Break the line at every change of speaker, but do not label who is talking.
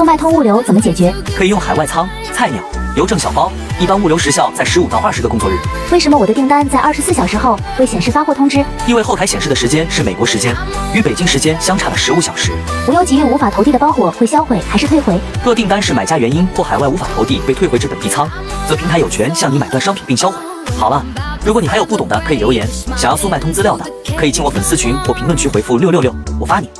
动脉通物流怎么解决？
可以用海外仓、菜鸟、邮政小包，一般物流时效在十五到二十个工作日，
为什么我的订单在二十四小时后会显示发货通知？
因为后台显示的时间是美国时间，与北京时间相差了十五小时。
无忧集运无法投递的包裹会销毁还是退回？
若订单是买家原因或海外无法投递被退回至本地仓，则平台有权向你买断商品并销毁。好了，如果你还有不懂的，可以留言；想要速卖通资料的，可以进我粉丝群或评论区回复六六六，我发你。